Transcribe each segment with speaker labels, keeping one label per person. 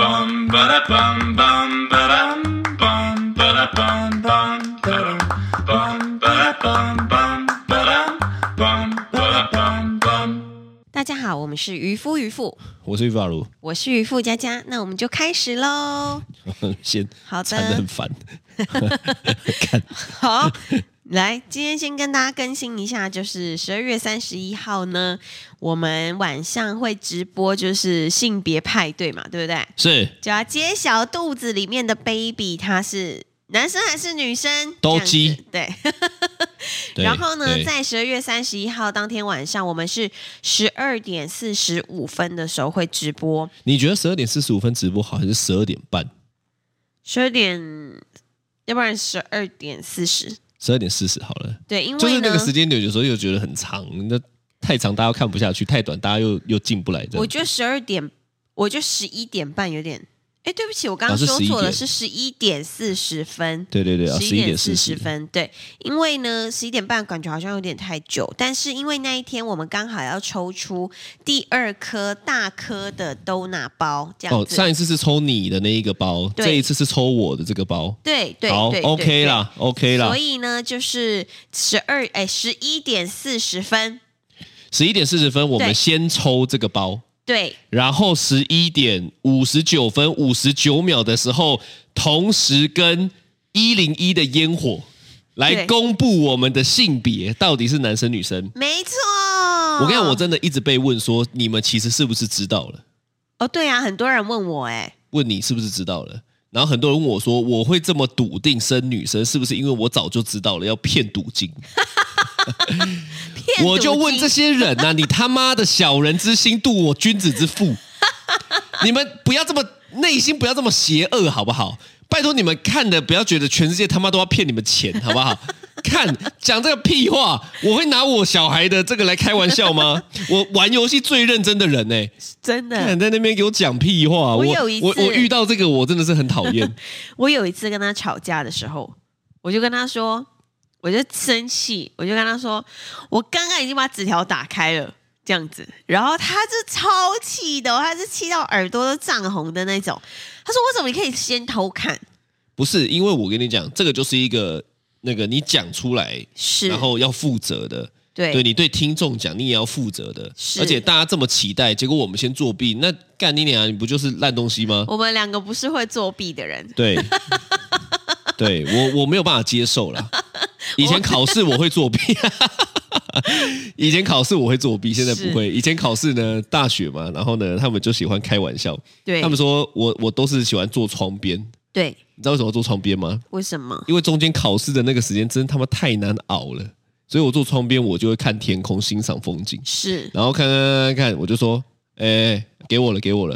Speaker 1: bum ba da bum bum ba dum bum ba da bum bum ba dum bum ba da bum bum ba dum bum ba da bum bum.
Speaker 2: 大家好，我们是渔夫渔妇，
Speaker 3: 我是玉发如，
Speaker 2: 我是渔妇佳佳，那我们就开始喽。
Speaker 3: 先
Speaker 2: 好的
Speaker 3: 缠得很烦，看
Speaker 2: 好，来，今天先跟大家更新一下，就是十二月三十一号呢，我们晚上会直播，就是性别派对嘛，对不对？
Speaker 3: 是
Speaker 2: 就要揭晓肚子里面的 baby 他是男生还是女生，
Speaker 3: 都
Speaker 2: 这样子
Speaker 3: 鸡
Speaker 2: 对。
Speaker 3: 对
Speaker 2: 然后呢，
Speaker 3: 对
Speaker 2: 在十二月三十一号当天晚上，我们是十二点四十五分的时候会直播，
Speaker 3: 你觉得十二点四十五分直播好，还是十二点半？
Speaker 2: 十二点，要不然十二点四十。
Speaker 3: 十二点四十好了，
Speaker 2: 对，因为呢，
Speaker 3: 就是那个时间点，有时候又觉得很长，那太长大家又看不下去，太短大家又又进不来。这样
Speaker 2: 我觉得十二点，我觉得十一点半有点。哎，对不起，我刚刚
Speaker 3: 啊是
Speaker 2: 说错了，
Speaker 3: 11
Speaker 2: 是十一点四十分。
Speaker 3: 对对对，啊，
Speaker 2: 十
Speaker 3: 十
Speaker 2: 一
Speaker 3: 一
Speaker 2: 点
Speaker 3: 点
Speaker 2: 四
Speaker 3: 四
Speaker 2: 十
Speaker 3: 十，
Speaker 2: 分，对，因为呢，十一点半感觉好像有点太久，但是因为那一天我们刚好要抽出第二颗大颗的 donut 包，这样
Speaker 3: 哦，
Speaker 2: 子。
Speaker 3: 上一次是抽你的那一个包，
Speaker 2: 对
Speaker 3: 这一次是抽我的这个包。
Speaker 2: 对对
Speaker 3: 好
Speaker 2: 对
Speaker 3: ，OK。啦，OK
Speaker 2: 对对
Speaker 3: 啦
Speaker 2: 所。以呢，就是十二哎十一点四十分，
Speaker 3: 十一点四十分，我
Speaker 2: 对
Speaker 3: 们先抽这个包，
Speaker 2: 对
Speaker 3: 然后十一点五十九分五十九秒的时候，同时跟一零一的烟火来
Speaker 2: 对
Speaker 3: 公布我们的性别到底是男生女生。
Speaker 2: 没错。哦
Speaker 3: 我跟你讲，我真的一直被问说，你们其实是不是知道了？
Speaker 2: 哦，对啊，很多人问我哎、
Speaker 3: 问你是不是知道了？然后很多人问我说，我会这么笃定生女生，是不是因为我早就知道了要骗赌金？
Speaker 2: 骗
Speaker 3: 我就
Speaker 2: 赌
Speaker 3: 问
Speaker 2: 金
Speaker 3: 这些人呐、你他妈的小人之心度我君子之腹，你们不要这么内心不要这么邪恶好不好？拜托你们看的不要觉得全世界他妈都要骗你们钱好不好？看讲这个屁话，我会拿我小孩的这个来开玩笑吗？我玩游戏最认真的人呢、
Speaker 2: 真的，
Speaker 3: 看在那边给我讲屁话，
Speaker 2: 我
Speaker 3: 我
Speaker 2: 有一次
Speaker 3: 我我遇到这个我真的是很讨厌，
Speaker 2: 我有一次跟他吵架的时候，我就跟他说，我就生气，我就跟他说，我刚刚已经把纸条打开了，这样子。然后他是超气的哦、他是气到耳朵都涨红的那种。他说：“我怎么你可以先偷看
Speaker 3: 不是因为我跟你讲，这个就是一个那个你讲出来，？”
Speaker 2: 是，
Speaker 3: 然后要负责的，
Speaker 2: 对
Speaker 3: 对你对听众讲，你也要负责的。
Speaker 2: 是
Speaker 3: 而且大家这么期待，结果我们先作弊，那干你娘，你不就是烂东 西吗？
Speaker 2: 我们两个不是会作弊的人，
Speaker 3: 对，对我我没有办法接受啦。以前考试我会作弊， 以前考试我会作弊，现在不会。以前考试呢，大学嘛，然后呢，他们就喜欢开玩笑，
Speaker 2: 对
Speaker 3: 他们说我我都是喜欢坐窗边，你
Speaker 2: 对，
Speaker 3: 知道为什么坐窗边吗？
Speaker 2: 为什么？
Speaker 3: 因为中间考试的那个时间真他妈太难熬了，所以我坐窗边我就会看天空，欣赏风景。
Speaker 2: 是
Speaker 3: 然后看看看看，我就说，哎、给我了，给我了，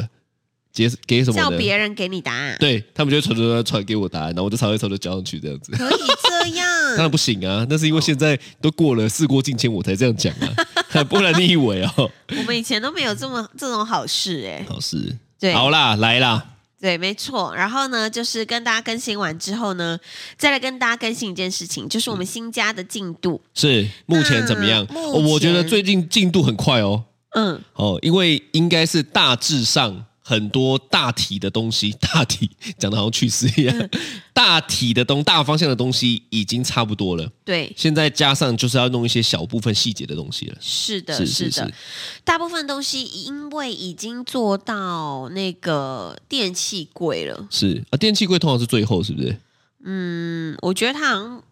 Speaker 3: 给给什
Speaker 2: 叫
Speaker 3: 么
Speaker 2: 别
Speaker 3: 的？
Speaker 2: 人给你答案，
Speaker 3: 对他们就会传传传传给我答案，然后我就抄一抄就交上去这样子。
Speaker 2: 可以这
Speaker 3: 当然
Speaker 2: 样。
Speaker 3: 不行啊，那是因为现在都过了事过境迁，我才这样讲啊， 不然你以为哦？
Speaker 2: 我们以前都没有这么这种好事哎、
Speaker 3: 好是，
Speaker 2: 对，
Speaker 3: 好啦，来啦，
Speaker 2: 对，没错。然后呢，就是跟大家更新完之后呢，再来跟大家更新一件事情，就是
Speaker 3: 嗯
Speaker 2: 我们新家的进度。
Speaker 3: 是目前怎么样？
Speaker 2: 目
Speaker 3: 哦我觉得
Speaker 2: 前
Speaker 3: 最近进度很快哦，
Speaker 2: 嗯，
Speaker 3: 哦，因为应该是大致上很多大体的东西，大体讲的好像去世一
Speaker 2: 嗯
Speaker 3: 样，大体的东大方向的东西已经差不多了。
Speaker 2: 对，
Speaker 3: 现在加上就是要弄一些小部分细节的东西了。
Speaker 2: 是的，
Speaker 3: 是
Speaker 2: 是
Speaker 3: 是
Speaker 2: 的
Speaker 3: 是。
Speaker 2: 大部分东西因为已经做到那个电器柜了，
Speaker 3: 是啊，电器柜通常是最后，是不是？
Speaker 2: 嗯，我觉得它好像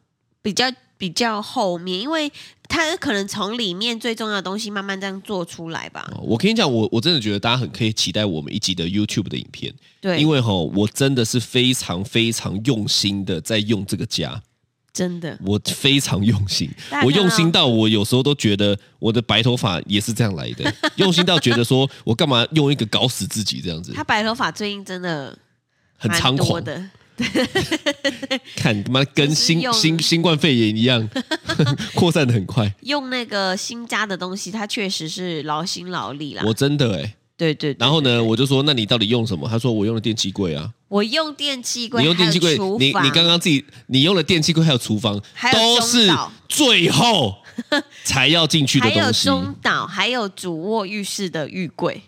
Speaker 2: 比较比较后面，因为它可能从里面最重要的东西慢慢这样做出来吧。
Speaker 3: 哦我跟你讲，我我真的觉得大家很可以期待我们一集的 YouTube 的影片，
Speaker 2: 对，
Speaker 3: 因
Speaker 2: 为
Speaker 3: 为哈、我真的是非常非常用心的在用这个家，
Speaker 2: 真的
Speaker 3: 我非常用心
Speaker 2: 大家看，啊到
Speaker 3: 我用心到我有时候都觉得我的白头发也是这样来的， 用心到觉得说我干嘛用一个搞死自己这样子，
Speaker 2: 他白头发最近真的
Speaker 3: 很
Speaker 2: 蛮
Speaker 3: 猖
Speaker 2: 多
Speaker 3: 狂，
Speaker 2: 的，
Speaker 3: 看他妈跟
Speaker 2: 就是
Speaker 3: 新
Speaker 2: 用
Speaker 3: 新新冠肺炎 一样， 扩散的很快，
Speaker 2: 用那个新加的东西，它确实是劳心劳力啦。
Speaker 3: 我真的哎、
Speaker 2: 对对对，
Speaker 3: 然后呢，我就说那你到底用什么？他说我用了电器柜啊，
Speaker 2: 我用电器柜，
Speaker 3: 你用电器柜
Speaker 2: 还有，厨
Speaker 3: 你
Speaker 2: 房
Speaker 3: 你刚刚自己你用了电器柜还有厨房，
Speaker 2: 还有
Speaker 3: 都
Speaker 2: 中
Speaker 3: 是
Speaker 2: 岛
Speaker 3: 最后才要进去的
Speaker 2: 还有
Speaker 3: 东西。
Speaker 2: 中岛，还有主卧浴室的浴柜，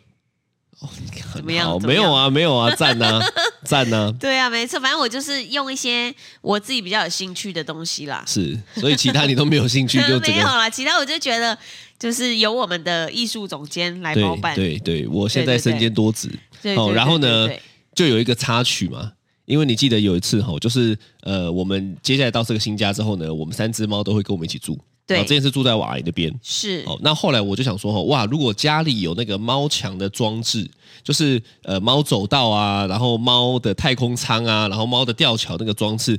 Speaker 3: 怎
Speaker 2: 么样怎么
Speaker 3: 没
Speaker 2: 样
Speaker 3: 有啊，没有啊，赞 呐、赞呐、
Speaker 2: 对啊，没错，反正我就是用一些我自己比较有兴趣的东西啦。
Speaker 3: 是，所以其他你都没有兴趣， 就整
Speaker 2: 没有啊
Speaker 3: 个
Speaker 2: 啦，其他我就觉得就是由我们的艺术总监来包办。
Speaker 3: 对对对，我现在
Speaker 2: 对对对
Speaker 3: 身兼多职。
Speaker 2: 对
Speaker 3: 哦
Speaker 2: 对
Speaker 3: 然后
Speaker 2: 对
Speaker 3: 呢
Speaker 2: 对对
Speaker 3: 就有一个插曲嘛，因为你记得有一次吼，就是呃，我们接下来到这个新家之后呢，我们三只猫都会跟我们一起住。
Speaker 2: 对
Speaker 3: 哦之前是住在我阿姨那边。
Speaker 2: 是
Speaker 3: 哦，那后来我就想说，吼，哇，如果家里有那个猫墙的装置，就是呃猫走道啊，然后猫的太空舱啊，然后猫的吊桥那个装置，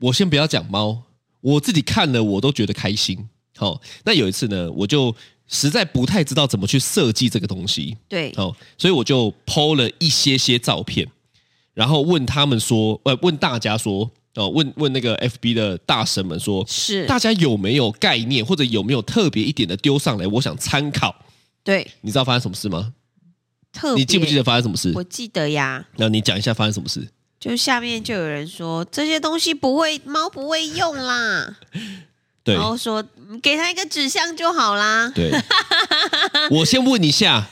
Speaker 3: 我先不要讲猫，我自己看了我都觉得开心。好、那有一次呢，我就实在不太知道怎么去设计这个东西，
Speaker 2: 对
Speaker 3: 哦，所以我就剖了一些些照片，然后问他们说，呃，问大家说，哦，问问那个 FB 的大神们说，
Speaker 2: 是，
Speaker 3: 大家有没有概念，或者有没有特别一点的丢上来，我想参考。
Speaker 2: 对
Speaker 3: 你知道发生什么事吗？
Speaker 2: 特别
Speaker 3: 你记不记得？发生什么事
Speaker 2: 我？记得呀，
Speaker 3: 那你讲一下发生什么事？
Speaker 2: 就下面就有人说这些东西不会猫不会用啦，
Speaker 3: 对
Speaker 2: 然后说你给他一个指向就好啦。
Speaker 3: 对，我先问一下，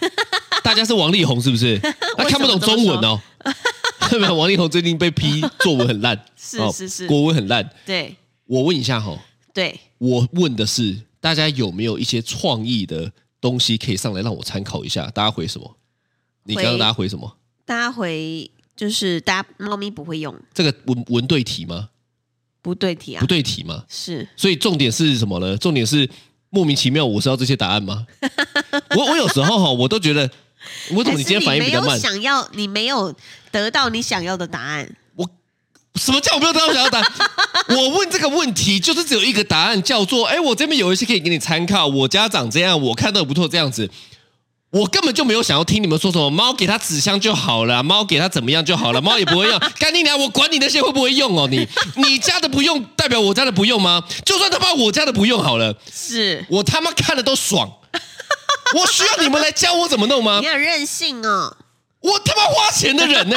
Speaker 3: 大家是王力宏是 不是？他看不懂中文哦。 对吧？王力宏最近被批作文很烂，
Speaker 2: 是
Speaker 3: 哦
Speaker 2: 是是
Speaker 3: 国文很烂。
Speaker 2: 对
Speaker 3: 我问一下哈、
Speaker 2: 对
Speaker 3: 我问的是大家有没有一些创意的东西可以上来让我参考一下？大家回什么？你刚刚
Speaker 2: 回
Speaker 3: 大家回什么？
Speaker 2: 大家回就是大家猫咪不会用，
Speaker 3: 这个文文对题吗？
Speaker 2: 不对题啊，
Speaker 3: 不对题吗？
Speaker 2: 是
Speaker 3: 所以重点是什么呢？重点是莫名其妙，我是要这些答案吗？我我有时候哈，我都觉得，我
Speaker 2: 还
Speaker 3: 怎么
Speaker 2: 是
Speaker 3: 你今天反应比较
Speaker 2: 没有
Speaker 3: 慢？
Speaker 2: 想要你没有得到你想要的答案，
Speaker 3: 什么叫我没有得到想要答 案？我问这个问题就是只有一个答案，叫做哎，我这边有一些可以给你参考，我家长这样，我看到也不错这样子。我根本就没有想要听你们说什么，猫给它纸箱就好了，猫给它怎么样就好了，猫也不会用。 干你娘！我管你那些会不会用哦，你你家的不用，代表我家的不用吗？就算他妈我家的不用好了，
Speaker 2: 是
Speaker 3: 我他妈看了都爽。 我需要你们来教我怎么弄吗
Speaker 2: 你？好任性哦，
Speaker 3: 我他妈花钱的人呢、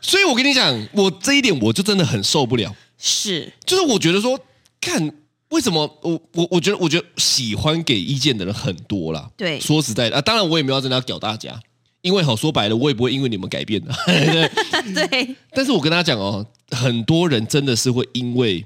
Speaker 3: 所以我跟你讲，我这一点我就真的很受不了。
Speaker 2: 是
Speaker 3: 就是我觉得说，看为什么我我我觉得我觉得喜欢给意见的人很多啦。
Speaker 2: 对
Speaker 3: 说实在的啊，当然我也没有真的要屌大家，因为好说白了，我也不会因为你们改变的。 对
Speaker 2: 对
Speaker 3: 但是我跟大家讲哦，很多人真的是会因为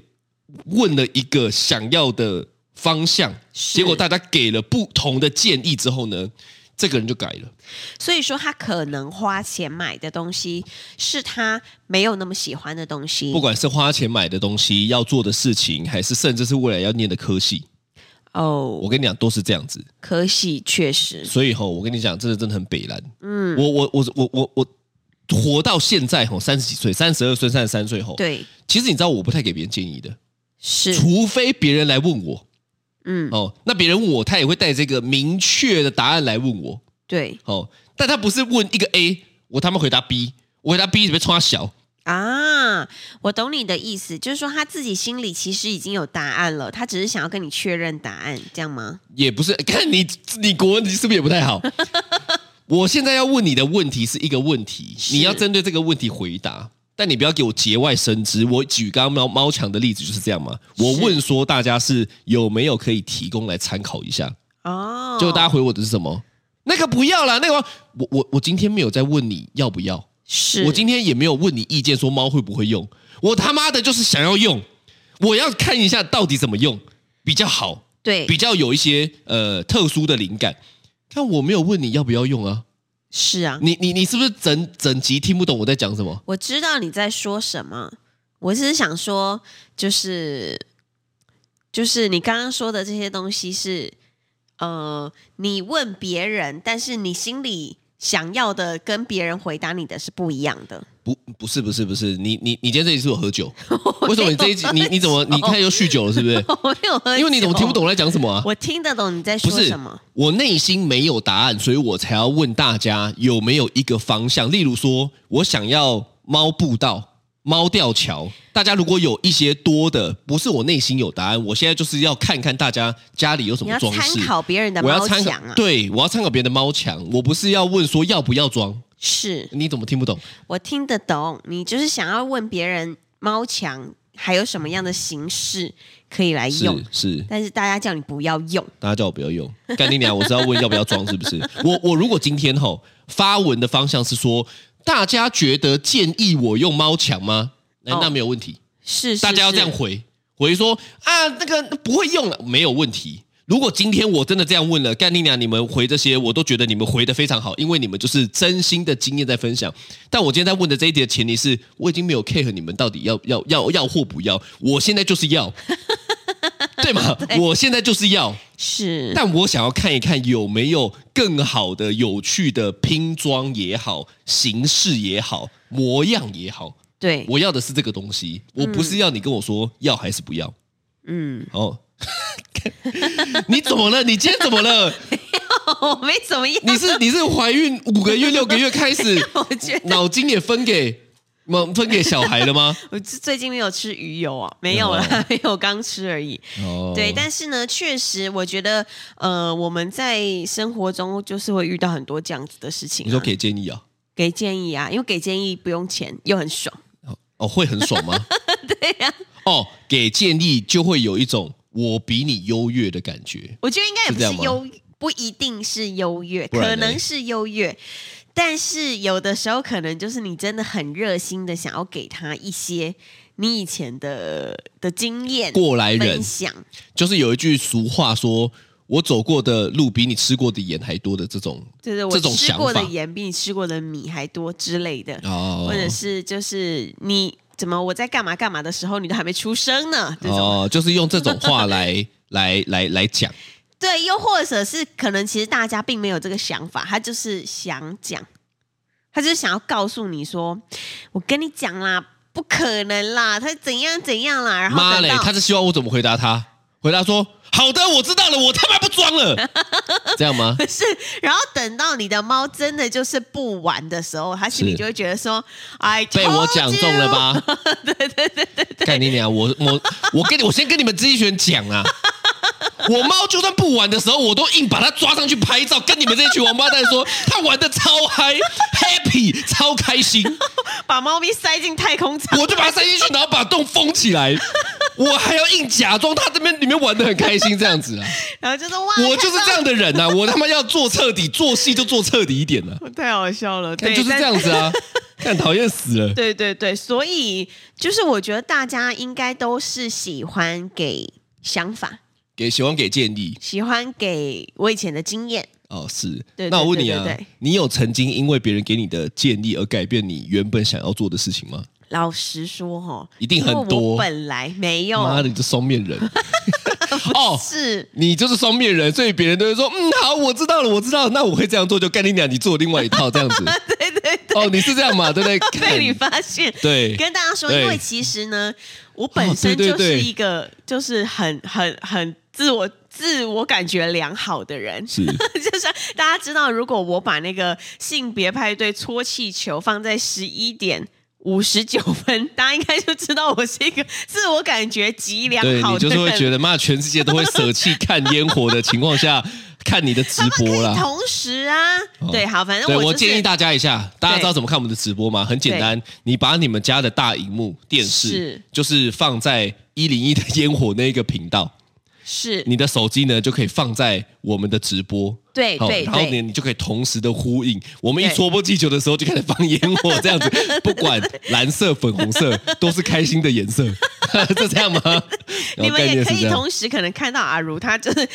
Speaker 3: 问了一个想要的方向，
Speaker 2: 是
Speaker 3: 结果大家给了不同的建议之后呢，这个人就改了。
Speaker 2: 所以说，他可能花钱买的东西是他没有那么喜欢的东西。
Speaker 3: 不管是花钱买的东西、要做的事情，还是甚至是未来要念的科系，我
Speaker 2: 哦，
Speaker 3: 跟你讲都是这样子。
Speaker 2: 可喜确实
Speaker 3: 所以吼，我跟你讲，真的真的很北蓝。嗯，我我我我我我活到现在吼，三十几岁，三十二岁、三十三岁吼，
Speaker 2: 对，
Speaker 3: 其实你知道我不太给别人建议的，
Speaker 2: 是
Speaker 3: 除非别人来问我。
Speaker 2: 嗯，
Speaker 3: 哦，那别人问我，他也会带这个明确的答案来问我。
Speaker 2: 对
Speaker 3: 哦，但他不是问一个 A，我他妈回答 B，我回答 B 被冲他小。
Speaker 2: 啊，我懂你的意思，就是说他自己心里其实已经有答案了，他只是想要跟你确认答案，这样吗？
Speaker 3: 也不是， 看你你国文题是不是也不太好？我现在要问你的问题是一个问题，
Speaker 2: 是
Speaker 3: 你要针对这个问题回答，但你不要给我节外生枝。我举刚刚猫猫墙的例子就是这样嘛，我
Speaker 2: 是
Speaker 3: 问说大家是有没有可以提供来参考一下，
Speaker 2: 哦，
Speaker 3: 结果大家回我的是什么？那个不要啦，那个我我我今天没有在问你要不要，
Speaker 2: 是
Speaker 3: 我今天也没有问你意见，说猫会不会用，我他妈的就是想要用，我要看一下到底怎么用比较好。
Speaker 2: 对
Speaker 3: 比较有一些呃特殊的灵感。看我没有问你要不要用啊？
Speaker 2: 是啊，
Speaker 3: 你你你是不是整整集听不懂我在讲什么？
Speaker 2: 我知道你在说什么，我只是想说，就是就是你刚刚说的这些东西是，呃，你问别人，但是你心里想要的跟别人回答你的是不一样的。
Speaker 3: 不不是不是不是，你你你今天这一集是我喝酒， 为什么你这一集你你怎么你看又酗酒了 是不是？
Speaker 2: 我没有喝酒，
Speaker 3: 因为你怎么听不懂我在讲什么 啊？
Speaker 2: 我听得懂你在
Speaker 3: 不
Speaker 2: 说
Speaker 3: 是
Speaker 2: 什么。，
Speaker 3: 我内心没有答案，所以我才要问大家有没有一个方向。例如说，我想要猫步道、猫吊桥，大家如果有一些多的，不是我内心有答案，我现在就是要看看大家家里有什
Speaker 2: 你
Speaker 3: 么
Speaker 2: 要
Speaker 3: 装
Speaker 2: 参
Speaker 3: 饰。
Speaker 2: 考别人的
Speaker 3: 我要
Speaker 2: 猫
Speaker 3: 参考
Speaker 2: 墙，啊，
Speaker 3: 对我要参考别人的猫墙，我不是要问说要不要装，
Speaker 2: 是
Speaker 3: 你怎么听不懂？
Speaker 2: 我听得懂，你就是想要问别人猫墙还有什么样的形式可以来用
Speaker 3: 是，是，
Speaker 2: 但是大家叫你不要用，
Speaker 3: 大家叫我不要用，干你娘！我是要问要不要装，是不是？我我如果今天吼发文的方向是说，大家觉得建议我用猫墙吗？哎，
Speaker 2: 哦
Speaker 3: 那没有问题，
Speaker 2: 是是
Speaker 3: 大家要这样
Speaker 2: 是
Speaker 3: 回回说啊，那个不会用了，没有问题。如果今天我真的这样问了，干你娘！你们回这些，我都觉得你们回的非常好，因为你们就是真心的经验在分享。但我今天在问的这一题的前提是，我已经没有 care 你们到底要要要要或不要，我现在就是 要，对吗？我现在就是要，
Speaker 2: 是
Speaker 3: 但我想要看一看有没有更好的、有趣的拼装也好、形式也好、模样也好，
Speaker 2: 对，
Speaker 3: 我要的是这个东西，我不是要你跟我说要还是不要
Speaker 2: 嗯，
Speaker 3: 哦。 你怎么了？你今天怎么了？
Speaker 2: 我没怎么样，
Speaker 3: 你是你是怀孕五个月、六个月 开始，
Speaker 2: 我觉得
Speaker 3: 脑筋也分给哦分给小孩了吗？
Speaker 2: 我最近没有吃鱼油啊，没有啦， 没有刚吃而已。
Speaker 3: 哦，
Speaker 2: 对，但是呢，确实我觉得，呃，我们在生活中就是会遇到很多这样子的事情、啊。
Speaker 3: 你说给建议啊？
Speaker 2: 给建议啊，因为给建议不用钱又很爽。
Speaker 3: 哦，会很爽 吗？对
Speaker 2: 啊
Speaker 3: 呀、哦，给建议就会有一种我比你优越的感觉。
Speaker 2: 我觉得应该也不
Speaker 3: 是这样吗
Speaker 2: 是优，不一定是优越，
Speaker 3: 不然
Speaker 2: 可
Speaker 3: 嘞
Speaker 2: 能是优越，但是有的时候可能就是你真的很热心的想要给他一些你以前的的经验
Speaker 3: 过来人
Speaker 2: 分享，
Speaker 3: 就是有一句俗话说：“我走过的路比你吃过的盐还多”的这种
Speaker 2: 就是我
Speaker 3: 这种
Speaker 2: 吃
Speaker 3: 想
Speaker 2: 过的
Speaker 3: 法
Speaker 2: 盐比你吃过的米还多之类的，
Speaker 3: 哦，
Speaker 2: 或者是就是你怎么我在干嘛干嘛的时候你都还没出生呢这种。
Speaker 3: 哦，就是用这种话 来来来来讲。
Speaker 2: 对，又或者是可能其实大家并没有这个想法，他就是想讲，他就是想要告诉你说，我跟你讲啦，不可能啦，他怎样怎样啦，然后
Speaker 3: 妈
Speaker 2: 等
Speaker 3: 嘞，
Speaker 2: 到
Speaker 3: 他是希望我怎么回答他？回答说：“好的，我知道了，我他妈不装 了。”这样吗？
Speaker 2: 是，然后等到你的猫真的就是不玩的时候，他心里
Speaker 3: 是
Speaker 2: 就会觉得说，哎，
Speaker 3: 被我讲中了？吧？ 对对对对，干你娘！我我我跟你，我先跟你们知识群讲啊。我猫就算不玩的时候，我都硬把它抓上去拍照，跟你们这群王八蛋说，它玩的超嗨，happy，超开心。
Speaker 2: 把猫咪塞进太空舱，
Speaker 3: 我就把它塞进去，然后把洞封起来。我还要硬假装它这边里面玩的很开心这样子啊！
Speaker 2: 然后就说哇，
Speaker 3: 我就是
Speaker 2: 看
Speaker 3: 这
Speaker 2: 到
Speaker 3: 样的人呐、啊！我他妈要做彻底，做戏就做彻底一点呐、啊！
Speaker 2: 太好笑了，
Speaker 3: 但
Speaker 2: 对，
Speaker 3: 就是
Speaker 2: 但
Speaker 3: 这样子啊，看讨厌死了。
Speaker 2: 对对对，所以就是我觉得大家应该都是喜欢给想法，
Speaker 3: 给喜欢给建议
Speaker 2: 喜欢给我以前的经验。
Speaker 3: 哦，是。
Speaker 2: 对对
Speaker 3: 那我问你啊
Speaker 2: 对对对
Speaker 3: 你有曾经因为别人给你的建议而改变你原本想要做的事情吗？
Speaker 2: 老实说、哦，哈，
Speaker 3: 一定很多
Speaker 2: 我本来没有，
Speaker 3: 妈的，你这双 面人！哦，
Speaker 2: 是
Speaker 3: 你就是双面人，所以别人都会说，嗯，好，我知道了，我知道了，那我会这样做，就干你俩，你做另外一套这 样子。对对对。哦，你是这样嘛？对不 对？看
Speaker 2: 被你发现。
Speaker 3: 对
Speaker 2: 跟大家说，
Speaker 3: 对
Speaker 2: 因为其实呢，我本
Speaker 3: 哦
Speaker 2: 身
Speaker 3: 对对
Speaker 2: 就是
Speaker 3: 对
Speaker 2: 一个就是很很很自我自我感觉良好的人。
Speaker 3: 是
Speaker 2: 就是大家知道，如果我把那个性别派对搓气球放在十一点。五十九分，大家应该就知道我是一个自我感觉极良
Speaker 3: 对
Speaker 2: 好
Speaker 3: 你
Speaker 2: 的
Speaker 3: 就
Speaker 2: 人。
Speaker 3: 是会觉得妈，全世界都会舍弃看烟火的情况下，看你的直播 啦。
Speaker 2: 同时啊，对，好，反正
Speaker 3: 哦对，
Speaker 2: 我、就是、
Speaker 3: 我建议大家一下，大家
Speaker 2: 对
Speaker 3: 知道怎么看我们的直播吗？很简单，你把你们家的大荧幕电视，
Speaker 2: 是
Speaker 3: 就是放在一零一的烟火那一个频道，
Speaker 2: 是
Speaker 3: 你的手机呢就可以放在我们的直播。
Speaker 2: 对
Speaker 3: 好
Speaker 2: 对
Speaker 3: 然后呢，
Speaker 2: 对
Speaker 3: 你就可以同时的呼应。我们一
Speaker 2: 对
Speaker 3: 戳破气球的时候，就开始放烟火， 这样子，不管蓝色、粉红色，都是开心的颜色， 是这样吗？然
Speaker 2: 你
Speaker 3: 后
Speaker 2: 们
Speaker 3: 概
Speaker 2: 也
Speaker 3: 念
Speaker 2: 可
Speaker 3: 是
Speaker 2: 以
Speaker 3: 这样。
Speaker 2: 同时可能看到阿如，她就是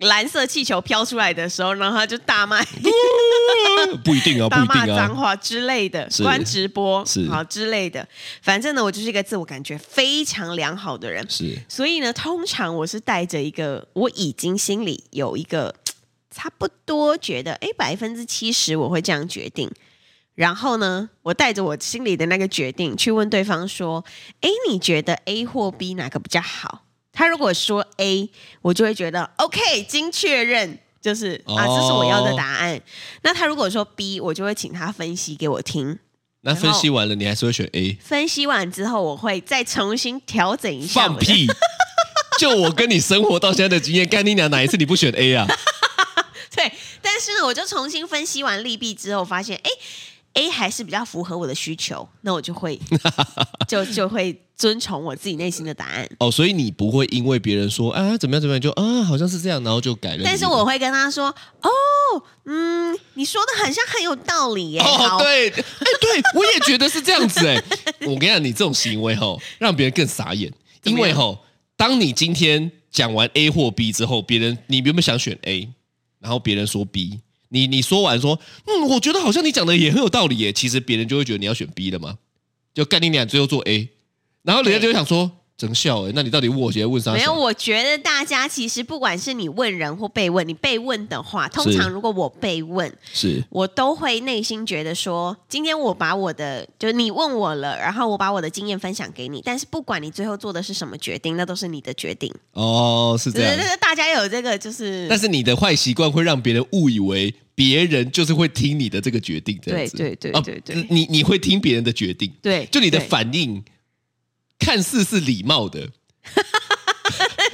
Speaker 2: 蓝色气球飘出来的时候，然后她就大
Speaker 3: 哦
Speaker 2: 骂、
Speaker 3: 啊不一定啊，不
Speaker 2: 大
Speaker 3: 一
Speaker 2: 骂
Speaker 3: 定
Speaker 2: 脏
Speaker 3: 啊，
Speaker 2: 话之类的，
Speaker 3: 是
Speaker 2: 关直播
Speaker 3: 是
Speaker 2: 好之类的。反正呢，我就是一个自我感觉非常良好的人，
Speaker 3: 是
Speaker 2: 所以呢，通常我是带着一个我已经心里有一个差不多觉得，哎，百分之七十我会这样决定。然后呢，我带着我心里的那个决定去问对方说：“哎，你觉得 A 或 B 哪个比较好？”他如果说 A，我就会觉得 OK，经确认，就是啊，
Speaker 3: 哦
Speaker 2: 这是我要的答案。那他如果说 B，我就会请他分析给我听。
Speaker 3: 那分析完了，你还是会选 A？
Speaker 2: 分析完之后，我会再重新调整一下。
Speaker 3: 放！屁！就我跟你生活到现在的经验，干你娘哪一次你不选 A 啊？
Speaker 2: 对，但是呢，我就重新分析完利弊之后，发现，哎 A 还是比较符合我的需求，那我就 会就就会遵从我自己内心的答案。
Speaker 3: 哦，所以你不会因为别人说啊怎么样怎么样，就啊好像是这样，然后就改了你的。
Speaker 2: 但是我会跟他说：“哦，嗯，你说的很像很有道理耶。
Speaker 3: 哦
Speaker 2: 好，
Speaker 3: 对，哎、对我也觉得是这样子哎、我跟你讲，你这种行为吼，让别人更傻眼，
Speaker 2: 怎
Speaker 3: 因
Speaker 2: 么样
Speaker 3: 为吼，当你今天讲完 A 或 B 之后，别人你原本想选 A，然后别人说 B，你你说完说，嗯，我觉得好像你讲的也很有道理耶、其实别人就会觉得你要选 B 的嘛，就干你俩最后做 A，然后人家就会想说，真笑哎、那你到底问我姐问啥小？
Speaker 2: 没有，我觉得大家其实不管是你问人或被问，你被问的话，通
Speaker 3: 是
Speaker 2: 常如果我被问，
Speaker 3: 是
Speaker 2: 我都会内心觉得说，今天我把我的，就你问我了，然后我把我的经验分享给你，但是不管你最后做的是什么决定，那都是你的决定。
Speaker 3: 哦，是
Speaker 2: 对
Speaker 3: 这样
Speaker 2: 对。对，大家有这个就是，
Speaker 3: 但是你的坏习惯会让别人误以为别人就是会听你的这个决定，这样子。
Speaker 2: 对对对
Speaker 3: 啊
Speaker 2: 对对
Speaker 3: 你你会听别人的决定，
Speaker 2: 对，
Speaker 3: 就你的
Speaker 2: 对，
Speaker 3: 反应看似是礼貌的，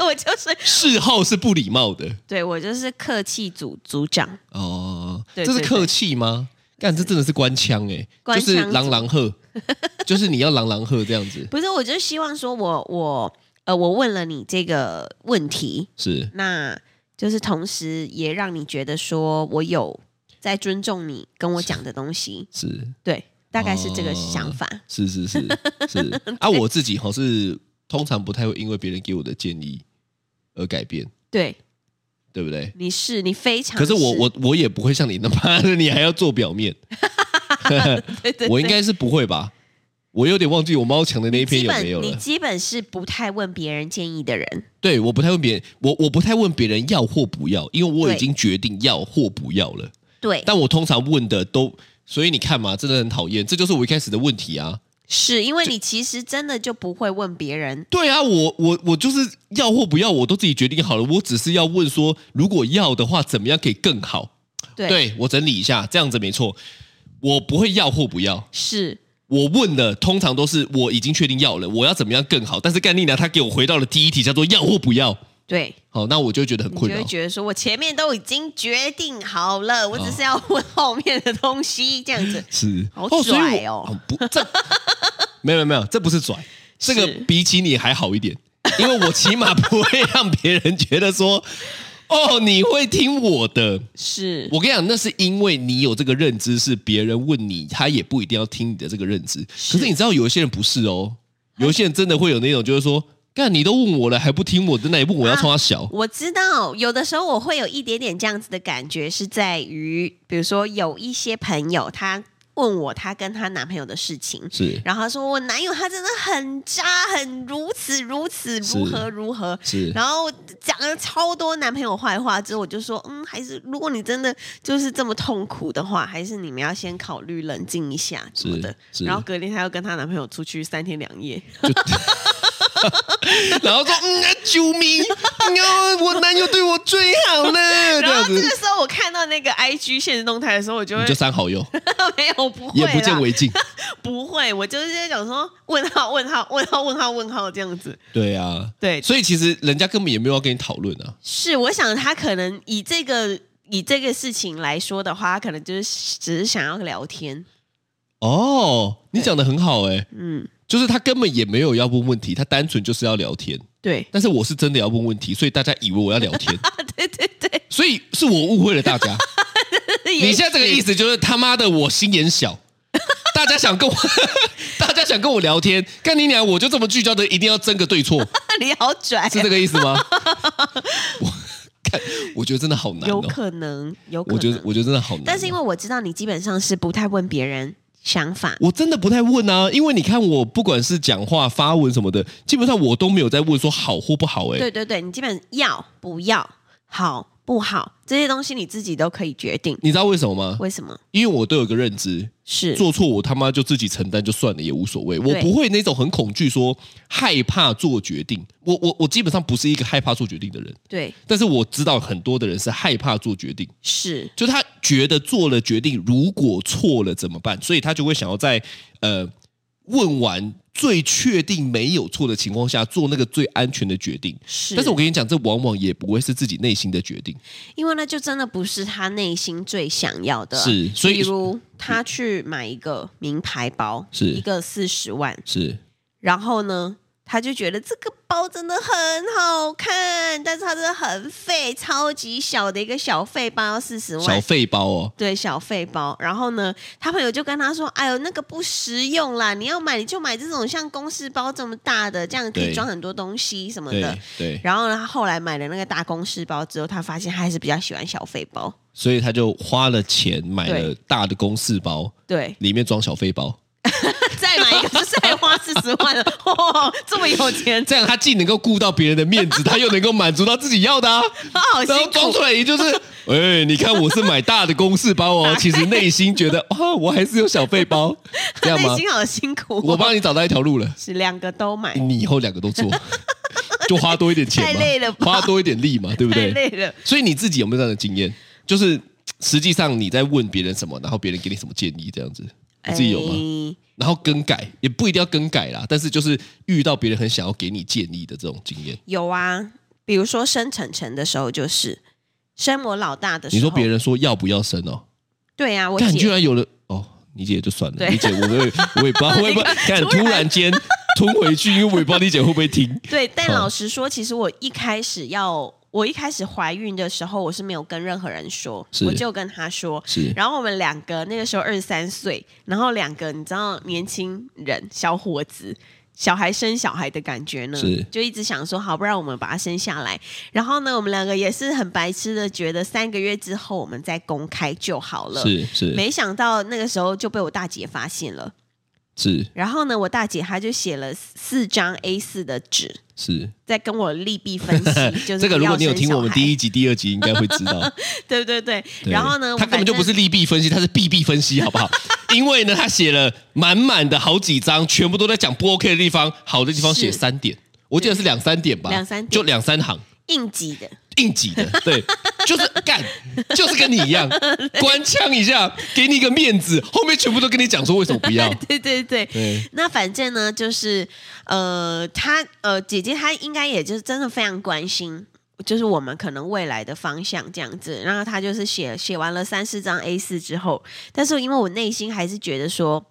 Speaker 2: 我就是
Speaker 3: 事后是不礼貌的。
Speaker 2: 对我就是客气组组长，
Speaker 3: 哦，
Speaker 2: 对
Speaker 3: 这是
Speaker 2: 对
Speaker 3: 客气吗？干，这真的是官腔哎、
Speaker 2: 官
Speaker 3: 就
Speaker 2: 腔
Speaker 3: 是狼狼 喝，就是你要狼狼喝这样子，
Speaker 2: 不是，我就希望说我我呃，我问了你这个问题，
Speaker 3: 是
Speaker 2: 那就是同时也让你觉得说我有在尊重你跟我讲的东西，
Speaker 3: 是。
Speaker 2: 对，大概是这
Speaker 3: 哦
Speaker 2: 个想法。
Speaker 3: 是是是 是啊，我自己好是通常不太会因为别人给我的建议而改变，
Speaker 2: 对，
Speaker 3: 对不对？
Speaker 2: 你是你非常
Speaker 3: 可是我我我也不会像你那妈的，你还要做表面，
Speaker 2: 对对
Speaker 3: 我应该是不会吧？我有点忘记我猫墙的那一篇
Speaker 2: 基
Speaker 3: 有没有
Speaker 2: 本你
Speaker 3: 了。
Speaker 2: 基本是不太问别人建议的人，
Speaker 3: 对，我不太问别人，我我不太问别人要或不要，因为我已
Speaker 2: 对
Speaker 3: 经决定要或不要了。
Speaker 2: 对，
Speaker 3: 但我通常问的都，所以你看嘛，真的很讨厌，这就是我一开始的问题啊。
Speaker 2: 是因为你其实真的就不会问别人，
Speaker 3: 对啊，我我我就是要或不要，我都自己决定好了，我只是要问说，如果要的话，怎么样可以更好？
Speaker 2: 对，
Speaker 3: 对我整理一下，这样子没错。我不会要或不要，
Speaker 2: 是
Speaker 3: 我问的通常都是我已经确定要了，我要怎么样更好？但是干丽娜她给我回到了第一题，叫做要或不要。
Speaker 2: 对，
Speaker 3: 好，那我就觉得很
Speaker 2: 你
Speaker 3: 困
Speaker 2: 就
Speaker 3: 扰啊
Speaker 2: 会。觉得说我前面都已经决定好了，我只是要问后面的东西，这样子
Speaker 3: 是
Speaker 2: 好
Speaker 3: 所以我
Speaker 2: 拽哦
Speaker 3: 不 这没有没有没有，这不是拽，这个比起你还好一点，因为我起码不会让别人觉得说。哦，你会听我的。
Speaker 2: 是
Speaker 3: 我跟你讲，那 是因为你有这个认知，是别人问你，他也不一定要听你的这个认知。
Speaker 2: 是
Speaker 3: 可是你知道，有一些人不是哦，有一些人真的会有那种，就是说，干你都问我了，还不听我的，那你问我要
Speaker 2: 啊
Speaker 3: 冲他小。
Speaker 2: 我知道，有的时候我会有一点点这样子的感觉，是在于，比如说有一些朋友，她问我她跟她男朋友的事情，
Speaker 3: 是
Speaker 2: 然后她说我男友他真的很渣，很如此如此，
Speaker 3: 是
Speaker 2: 如何如何。
Speaker 3: 是，
Speaker 2: 然后讲了超多男朋友坏话之后，我就说，嗯，还是如果你真的就是这么痛苦的话，还是你们要先考虑冷静一下什么的。
Speaker 3: 是是
Speaker 2: 然后隔天她又跟她男朋友出去三天两夜，
Speaker 3: 然后说，嗯，啊救命！啊，我男友对我最好 了，这
Speaker 2: 然
Speaker 3: 样
Speaker 2: 后这
Speaker 3: 子
Speaker 2: 个。时候我看到那个 IG 现实动态的时候，我就会
Speaker 3: 你就删好友，
Speaker 2: 没有，不会
Speaker 3: 也
Speaker 2: 啦，
Speaker 3: 不见为 净。
Speaker 2: 不会，我就是在想说问号问号问号问号问号这样子。
Speaker 3: 对啊，
Speaker 2: 对，
Speaker 3: 所以其实人家根本也没有要跟你讨论啊。
Speaker 2: 是我想他可能以这个以这个事情来说的话，他可能就是只是想要聊天。
Speaker 3: 哦，你
Speaker 2: 对
Speaker 3: 讲的很好哎、
Speaker 2: 嗯，
Speaker 3: 就是他根本也没有要问问题，他单纯就是要聊天。
Speaker 2: 对，
Speaker 3: 但是我是真的要问问题，所以大家以为我要聊天，
Speaker 2: 对对对，
Speaker 3: 所以是我误会了 大家。你
Speaker 2: 你
Speaker 3: 现在这个意
Speaker 2: 思
Speaker 3: 思就是他妈的我心 眼小，大家想跟我， 大家想跟我聊天，干你娘！我就这么聚焦的，一定要争个对错，
Speaker 2: 你好拽
Speaker 3: 是，这个意思 吗？我看，我觉得真的好难
Speaker 2: 有
Speaker 3: 哦。
Speaker 2: 可能，有可
Speaker 3: 我
Speaker 2: 能。
Speaker 3: 觉得，我觉得真的好难哦。
Speaker 2: 但是因为我知道你基本上是不太问别人想法，
Speaker 3: 我真的不太问啊，因为你看我不管是讲话、发文什么的，基本上我都没有在问说好或不好、欸。哎，
Speaker 2: 对对对，你基本要不要好不好这些东西你自己都可以决定。
Speaker 3: 你知道为什么吗？
Speaker 2: 为什么？
Speaker 3: 因为我都有个认知，
Speaker 2: 是
Speaker 3: 做错我他妈就自己承担就算了，也无所谓。我
Speaker 2: 对
Speaker 3: 不会那种很恐惧说害怕做决定。我我我基本上不是一个害怕做决定的人，
Speaker 2: 对
Speaker 3: 但是我知道很多的人是害怕做决定，
Speaker 2: 是
Speaker 3: 就他觉得做了决定如果错了怎么办，所以他就会想要在呃。问完最确定没有错的情况下，做那个最安全的决定。
Speaker 2: 是
Speaker 3: 但是我跟你讲，这往往也不会是自己内心的决定。
Speaker 2: 因为那就真的不是他内心最想要的。
Speaker 3: 是所以
Speaker 2: 啊比如他去买一个名牌包，
Speaker 3: 是
Speaker 2: 一个四十万，
Speaker 3: 是
Speaker 2: 然后呢，他就觉得这个包真的很好看，但是它真的很废，超级小的一个小废包要四十
Speaker 3: 小
Speaker 2: 万。
Speaker 3: 费包哦，
Speaker 2: 对小费包，然后呢，他朋友就跟他说：“哎呦，那个不实用啦，你要买你就买这种像公事包这么大的，这样可以
Speaker 3: 对
Speaker 2: 装很多东西什么的
Speaker 3: 对。对，
Speaker 2: 然后呢，他后来买了那个大公事包之后，他发现他还是比较喜欢小费包。
Speaker 3: 所以他就花了钱买了
Speaker 2: 对
Speaker 3: 大的公事包，，
Speaker 2: 对
Speaker 3: 里面装小费包，
Speaker 2: 再买一个就再花四十万 了，哦，这么有钱，
Speaker 3: 这样他既能够顾到别人的面子，他又能够满足到自己要的啊。
Speaker 2: 他 好辛
Speaker 3: 然后装
Speaker 2: 苦
Speaker 3: 出。来也就是， 哎、你看我是买大的公事包哦，其实内 心觉得哇，我还是有小费包，
Speaker 2: 他
Speaker 3: 这样吗
Speaker 2: 内？心好辛苦、
Speaker 3: 我
Speaker 2: 哦，
Speaker 3: 帮你找到一条路了，哎
Speaker 2: 是两个都买，
Speaker 3: 你以后两个都 做，就花多一点钱嘛，
Speaker 2: 太累了吧
Speaker 3: 花多一点力嘛，对不
Speaker 2: 太
Speaker 3: 对？
Speaker 2: 累了。
Speaker 3: 所以你自己有没有这样的经验？就是嘖实际上你在问别人什么，然后别人给你什么建议，这样子，你自己有吗？
Speaker 2: 哎
Speaker 3: 然后更改也不一定要更改啦，但是就是遇到别人很想要给你建议的这种经验，
Speaker 2: 有啊，比如说生晨晨的时候，就是生我老大的时候，
Speaker 3: 你说别人说要不要生哦？
Speaker 2: 对啊，我
Speaker 3: 但居
Speaker 2: 姐
Speaker 3: 然有了哦，你姐就算了，
Speaker 2: 对
Speaker 3: 你姐我也我 也不知道会不会，看突然间吞回去，因为我也不知道你姐会不会听。
Speaker 2: 对，但
Speaker 3: 好
Speaker 2: 老实说，其实我一开始要。我一开始怀孕的时候，我是没有跟任何人说，
Speaker 3: 是
Speaker 2: 我就跟他说，
Speaker 3: 是
Speaker 2: 然后我们两个那个时候二十三岁，然后两个你知道年轻人小伙子。小孩生小孩的感觉呢
Speaker 3: 是，
Speaker 2: 就一直想说好，不然我们把他生下来。然后呢，我们两个也是很白痴的，觉得三个月之后我们再公开就好了。
Speaker 3: 是是
Speaker 2: 没想到那个时候就被我大姐发现了。
Speaker 3: 是
Speaker 2: 然后呢，我大姐她就写了四张 A 四的纸，
Speaker 3: 是，
Speaker 2: 在跟我利弊分 析， 就是
Speaker 3: 这个如果你有听我们第
Speaker 2: 一，
Speaker 3: 一集、第二集，应该会知道。
Speaker 2: 对对对。
Speaker 3: 对
Speaker 2: 然后呢，
Speaker 3: 他根本就不是利弊分析，他是弊弊分析，好 不好？因为呢，他写了满满的好几张，全部都在讲不 OK 的地方，好的地方写
Speaker 2: 是
Speaker 3: 三点，我记得是两三点吧，
Speaker 2: 两三点
Speaker 3: 就两三行。
Speaker 2: 应急的，
Speaker 3: 硬挤 的，对，就是干，就是跟你一样，官腔一下，给你一个面子，后面全部都跟你讲说为什么不要，
Speaker 2: 对对对。
Speaker 3: 对，
Speaker 2: 那反正呢，就是呃，她呃，姐姐她应该也就是真的非常关心，就是我们可能未来的方向这样子。然后她就是写写完了三四张 A 四之后，但是因为我内心还是觉得说，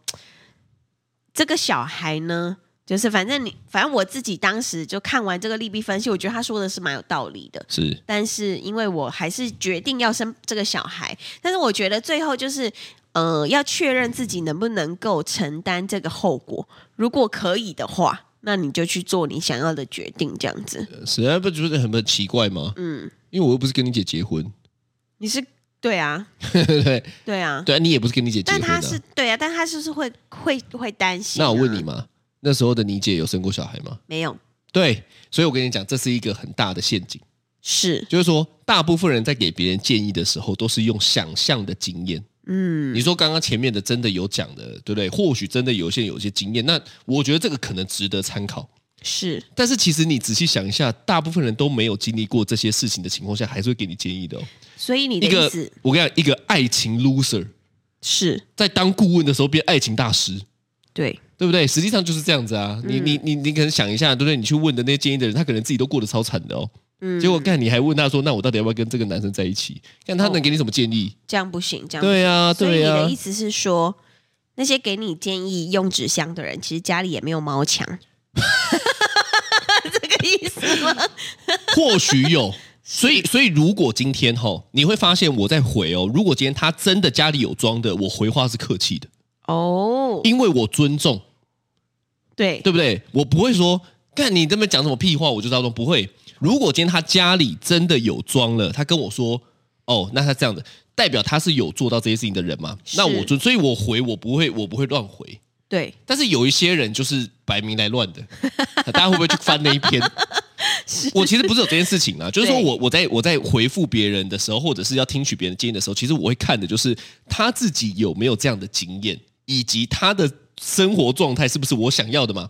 Speaker 2: 这个小孩呢。就是反正你，反正我自己当时就看完这个利弊分析，我觉得他说的是蛮有道理的。
Speaker 3: 是
Speaker 2: 但是因为我还是决定要生这个小孩，但是我觉得最后就是。呃，要确认自己能不能够承担这个后果。如果可以的话，那你就去做你想要的决定，这样子。
Speaker 3: 实在啊不觉得很很奇怪吗？
Speaker 2: 嗯，
Speaker 3: 因为我又不是跟你姐结婚，
Speaker 2: 你是对啊，
Speaker 3: 对不对？
Speaker 2: 对啊，
Speaker 3: 对啊，你也不是跟你姐结
Speaker 2: 但
Speaker 3: 婚
Speaker 2: 他
Speaker 3: 啊。
Speaker 2: 是对啊，但他就是会会会担心、啊
Speaker 3: 那我问你，嘛，那时候的你姐有生过小孩吗？
Speaker 2: 没有？
Speaker 3: 对，所以我跟你讲，这是一个很大的陷阱，
Speaker 2: 是，
Speaker 3: 就是说，大部分人在给别人建议的时候，都是用想象的经验。
Speaker 2: 嗯，
Speaker 3: 你说刚刚前面的真的有讲的，对不对？或许真的有些人有一些经验，那我觉得这个可能值得参考。
Speaker 2: 是
Speaker 3: 但是其实你仔细想一下，大部分人都没有经历过这些事情的情况下，还是会给你建议的、哦。
Speaker 2: 所以你的
Speaker 3: 一
Speaker 2: 意
Speaker 3: 个
Speaker 2: 思，
Speaker 3: 我跟你讲，一个爱情 loser
Speaker 2: 是
Speaker 3: 在当顾问的时候变爱情大师，
Speaker 2: 对，
Speaker 3: 对不对？实际上就是这样子啊。
Speaker 2: 嗯
Speaker 3: 你你你你可能想一下，对不对？你去问的那些建议的人，他可能自己都过得超惨的哦。
Speaker 2: 嗯，
Speaker 3: 结果干，你还问他说，那我到底要不要跟这个男生在一起？看他能给你什么建议？
Speaker 2: 这样不行，这样不行
Speaker 3: 对啊，
Speaker 2: 哦所以
Speaker 3: 对
Speaker 2: 你的
Speaker 3: 啊
Speaker 2: 意。思是说，那些给你建议用纸箱的人，其实家里也没有猫墙， 这个意思吗？
Speaker 3: 或许 有。所以，所以如果今天哈、你会发现我在回哦。如果今天他真的家里有装的，我回话是客气的，
Speaker 2: 哦，
Speaker 3: 因为我尊重，
Speaker 2: 对，
Speaker 3: 对不对？我不会说，看你这么讲什么屁话，我就照做。不会。如果今天他家里真的有装了，他跟我说，哦，那他这样子，代表他是有做到这些事情的人嘛？
Speaker 2: 是
Speaker 3: 那我尊，所以我回我不会，我不会乱回。
Speaker 2: 对，
Speaker 3: 但是有一些人就是摆明来 乱的，大家会不会去翻那一篇？我其实不是有这件事情啊，就是说
Speaker 2: 对
Speaker 3: 我我在我在回复别人的时候，或者是要听取别人建议的时候，其实我会看的就是他自己有没有这样的经验，以及他的生活状态是不是我想要的嘛。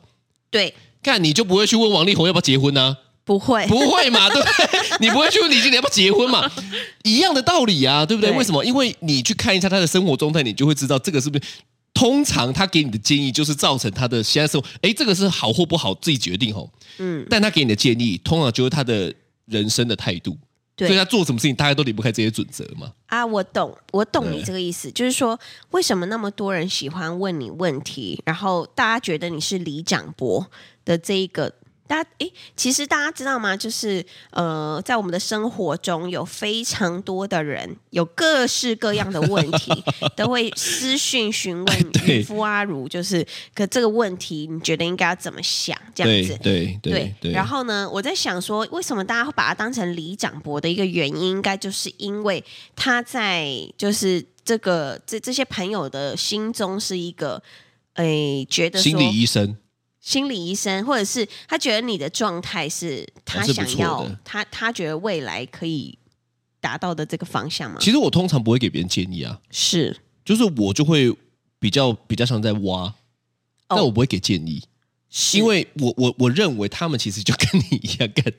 Speaker 2: 对，
Speaker 3: 看你就不会去问王力宏要不要结 婚呢、
Speaker 2: 不会，
Speaker 3: 不会嘛，对不对？你不会去问李静你要不要结婚 嘛？一样的道理啊，对不对？
Speaker 2: 对
Speaker 3: 为什么？因为你去看一下他的生活状态，你就会知道这个是不是。通常他给你的建议就是造成他的现在生活，哎，这个是好或不好自己决定哦。
Speaker 4: 嗯，
Speaker 3: 但他给你的建议，通常就是他的人生的态度，所以
Speaker 2: 对
Speaker 3: 他做什么事情大概都离不开这些准则嘛。
Speaker 2: 啊，我懂，我懂你
Speaker 3: 对
Speaker 2: 这个意思，就是说为什么那么多人喜欢问你问题，然后大家觉得你是李长博的这一个。大家诶，其实大家知道吗？就是呃，在我们的生活中，有非常多的人有各式各样的问 题，都会私讯询问
Speaker 3: 对
Speaker 2: 渔夫阿如，就是可这个问题，你觉得应该要怎么想？这样
Speaker 3: 对
Speaker 2: 子，
Speaker 3: 对对对，
Speaker 2: 然后呢，我在想说，为什么大家会把它当成李长博的一个原因，应该就是因为他在就是这个这这些朋友的心中是一个，诶、觉得说
Speaker 3: 心理医
Speaker 2: 嗯
Speaker 3: 生
Speaker 2: 心理医生，或者是他觉得你的状态是他
Speaker 3: 还哦是不
Speaker 2: 想
Speaker 3: 错
Speaker 2: 要
Speaker 3: 的
Speaker 2: 他他觉得未来可以达到的这个方向吗？
Speaker 3: 其实我通常不会给别人建议啊，
Speaker 2: 是
Speaker 3: 就是我就会比较比较像在挖，但我不会给建议，
Speaker 2: 哦是
Speaker 3: 因为我我我认为他们其实就跟你一样 干的，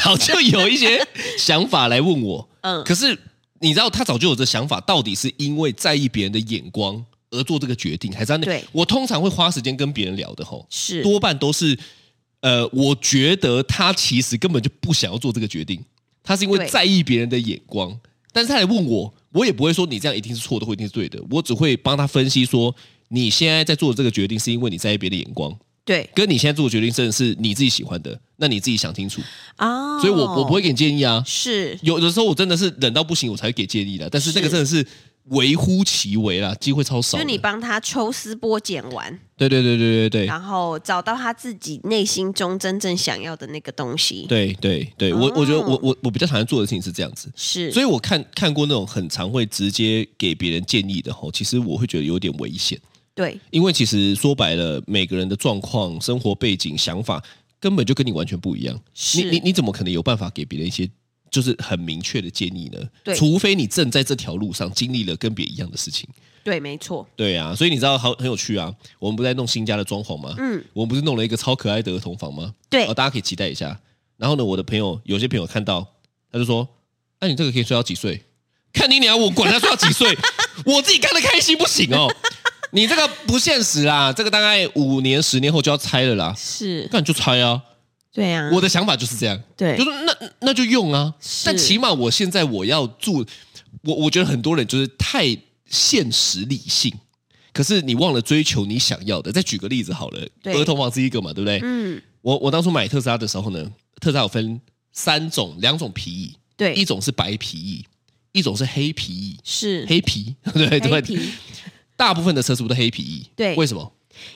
Speaker 3: 早就有一些想法来问我，
Speaker 2: 嗯
Speaker 3: 可是你知道他早就有这想法，到底是因为在意别人的眼光而做这个决定，还是他那
Speaker 2: 对
Speaker 3: 我通常会花时间跟别人聊的吼，
Speaker 2: 是
Speaker 3: 多半都是，呃，我觉得他其实根本就不想要做这个决定，他是因为
Speaker 2: 对
Speaker 3: 在意别人的眼光，但是他来问我，我也不会说你这样一定是错的或一定是对的，我只会帮他分析说，你现在在做的这个决定是因为你在意别人的眼光，
Speaker 2: 对
Speaker 3: 跟你现在做的决定真的是你自己喜欢的，那你自己想清楚，
Speaker 2: 啊，
Speaker 3: 所以我我不会给你建议啊。
Speaker 2: 是
Speaker 3: 有的时候我真的是忍到不行，我才会给建议的，但是那个真的是微乎其微啦，机会超少
Speaker 2: 就
Speaker 3: 的。
Speaker 2: 你啊帮他抽丝剥茧完。
Speaker 3: 对对对对对对，
Speaker 2: 然后找到他自己内心中真正想要的那个东西。，
Speaker 3: 对对对，我我觉得我
Speaker 2: 哦
Speaker 3: 我我比较常做的事情是这样子，
Speaker 2: 是，
Speaker 3: 所
Speaker 2: 以
Speaker 3: 以我看看过那种很常会直接给别人建议的吼，其实我会觉得有点危险，
Speaker 2: 对
Speaker 3: 因为其实说白了，每个人的状况、生活背景、想法根本就跟你完全不一样，
Speaker 2: 是
Speaker 3: 你你你怎么可能有办法给别人一些？就是很明确的建议呢，
Speaker 2: 对
Speaker 3: 除非你正在这条路上经历了跟别人一样的事情，
Speaker 2: 对，没错，
Speaker 3: 对啊，所以你知道好很有趣啊，我们不是在弄新家的装潢吗？
Speaker 2: 嗯，
Speaker 3: 我们不是弄了一个超可爱的儿童房吗？
Speaker 2: 对
Speaker 3: 哦，大家可以期待一下。然后呢，我的朋友有些朋友看到，他就说：“那、你这个可以睡到几岁？看你娘，我管他睡到几岁，我自己看得开心不行哦。你这个不现实啦，这个大概五年、十年后就要拆了啦。
Speaker 2: 是，
Speaker 3: 那你就拆啊！
Speaker 2: 对啊，
Speaker 3: 我的想法就是这样，
Speaker 2: 对
Speaker 3: 就说那那就用啊。
Speaker 2: 是
Speaker 3: 但起码我现在我要做，我我觉得很多人就是太现实理性，可是你忘了追求你想要的。再举个例子好了，
Speaker 2: 对
Speaker 3: 儿童房是一个嘛，对不对？
Speaker 2: 嗯，
Speaker 3: 我我当初买特斯拉的时候呢，特斯拉有分三种，两种皮椅，
Speaker 2: 对，
Speaker 3: 一种是白皮椅，一种是黑皮椅。
Speaker 2: 是
Speaker 3: 黑皮 对
Speaker 2: 黑
Speaker 3: 对，
Speaker 2: 皮，
Speaker 3: 大部分的车是不是都黑皮椅？
Speaker 2: 对
Speaker 3: 为什么？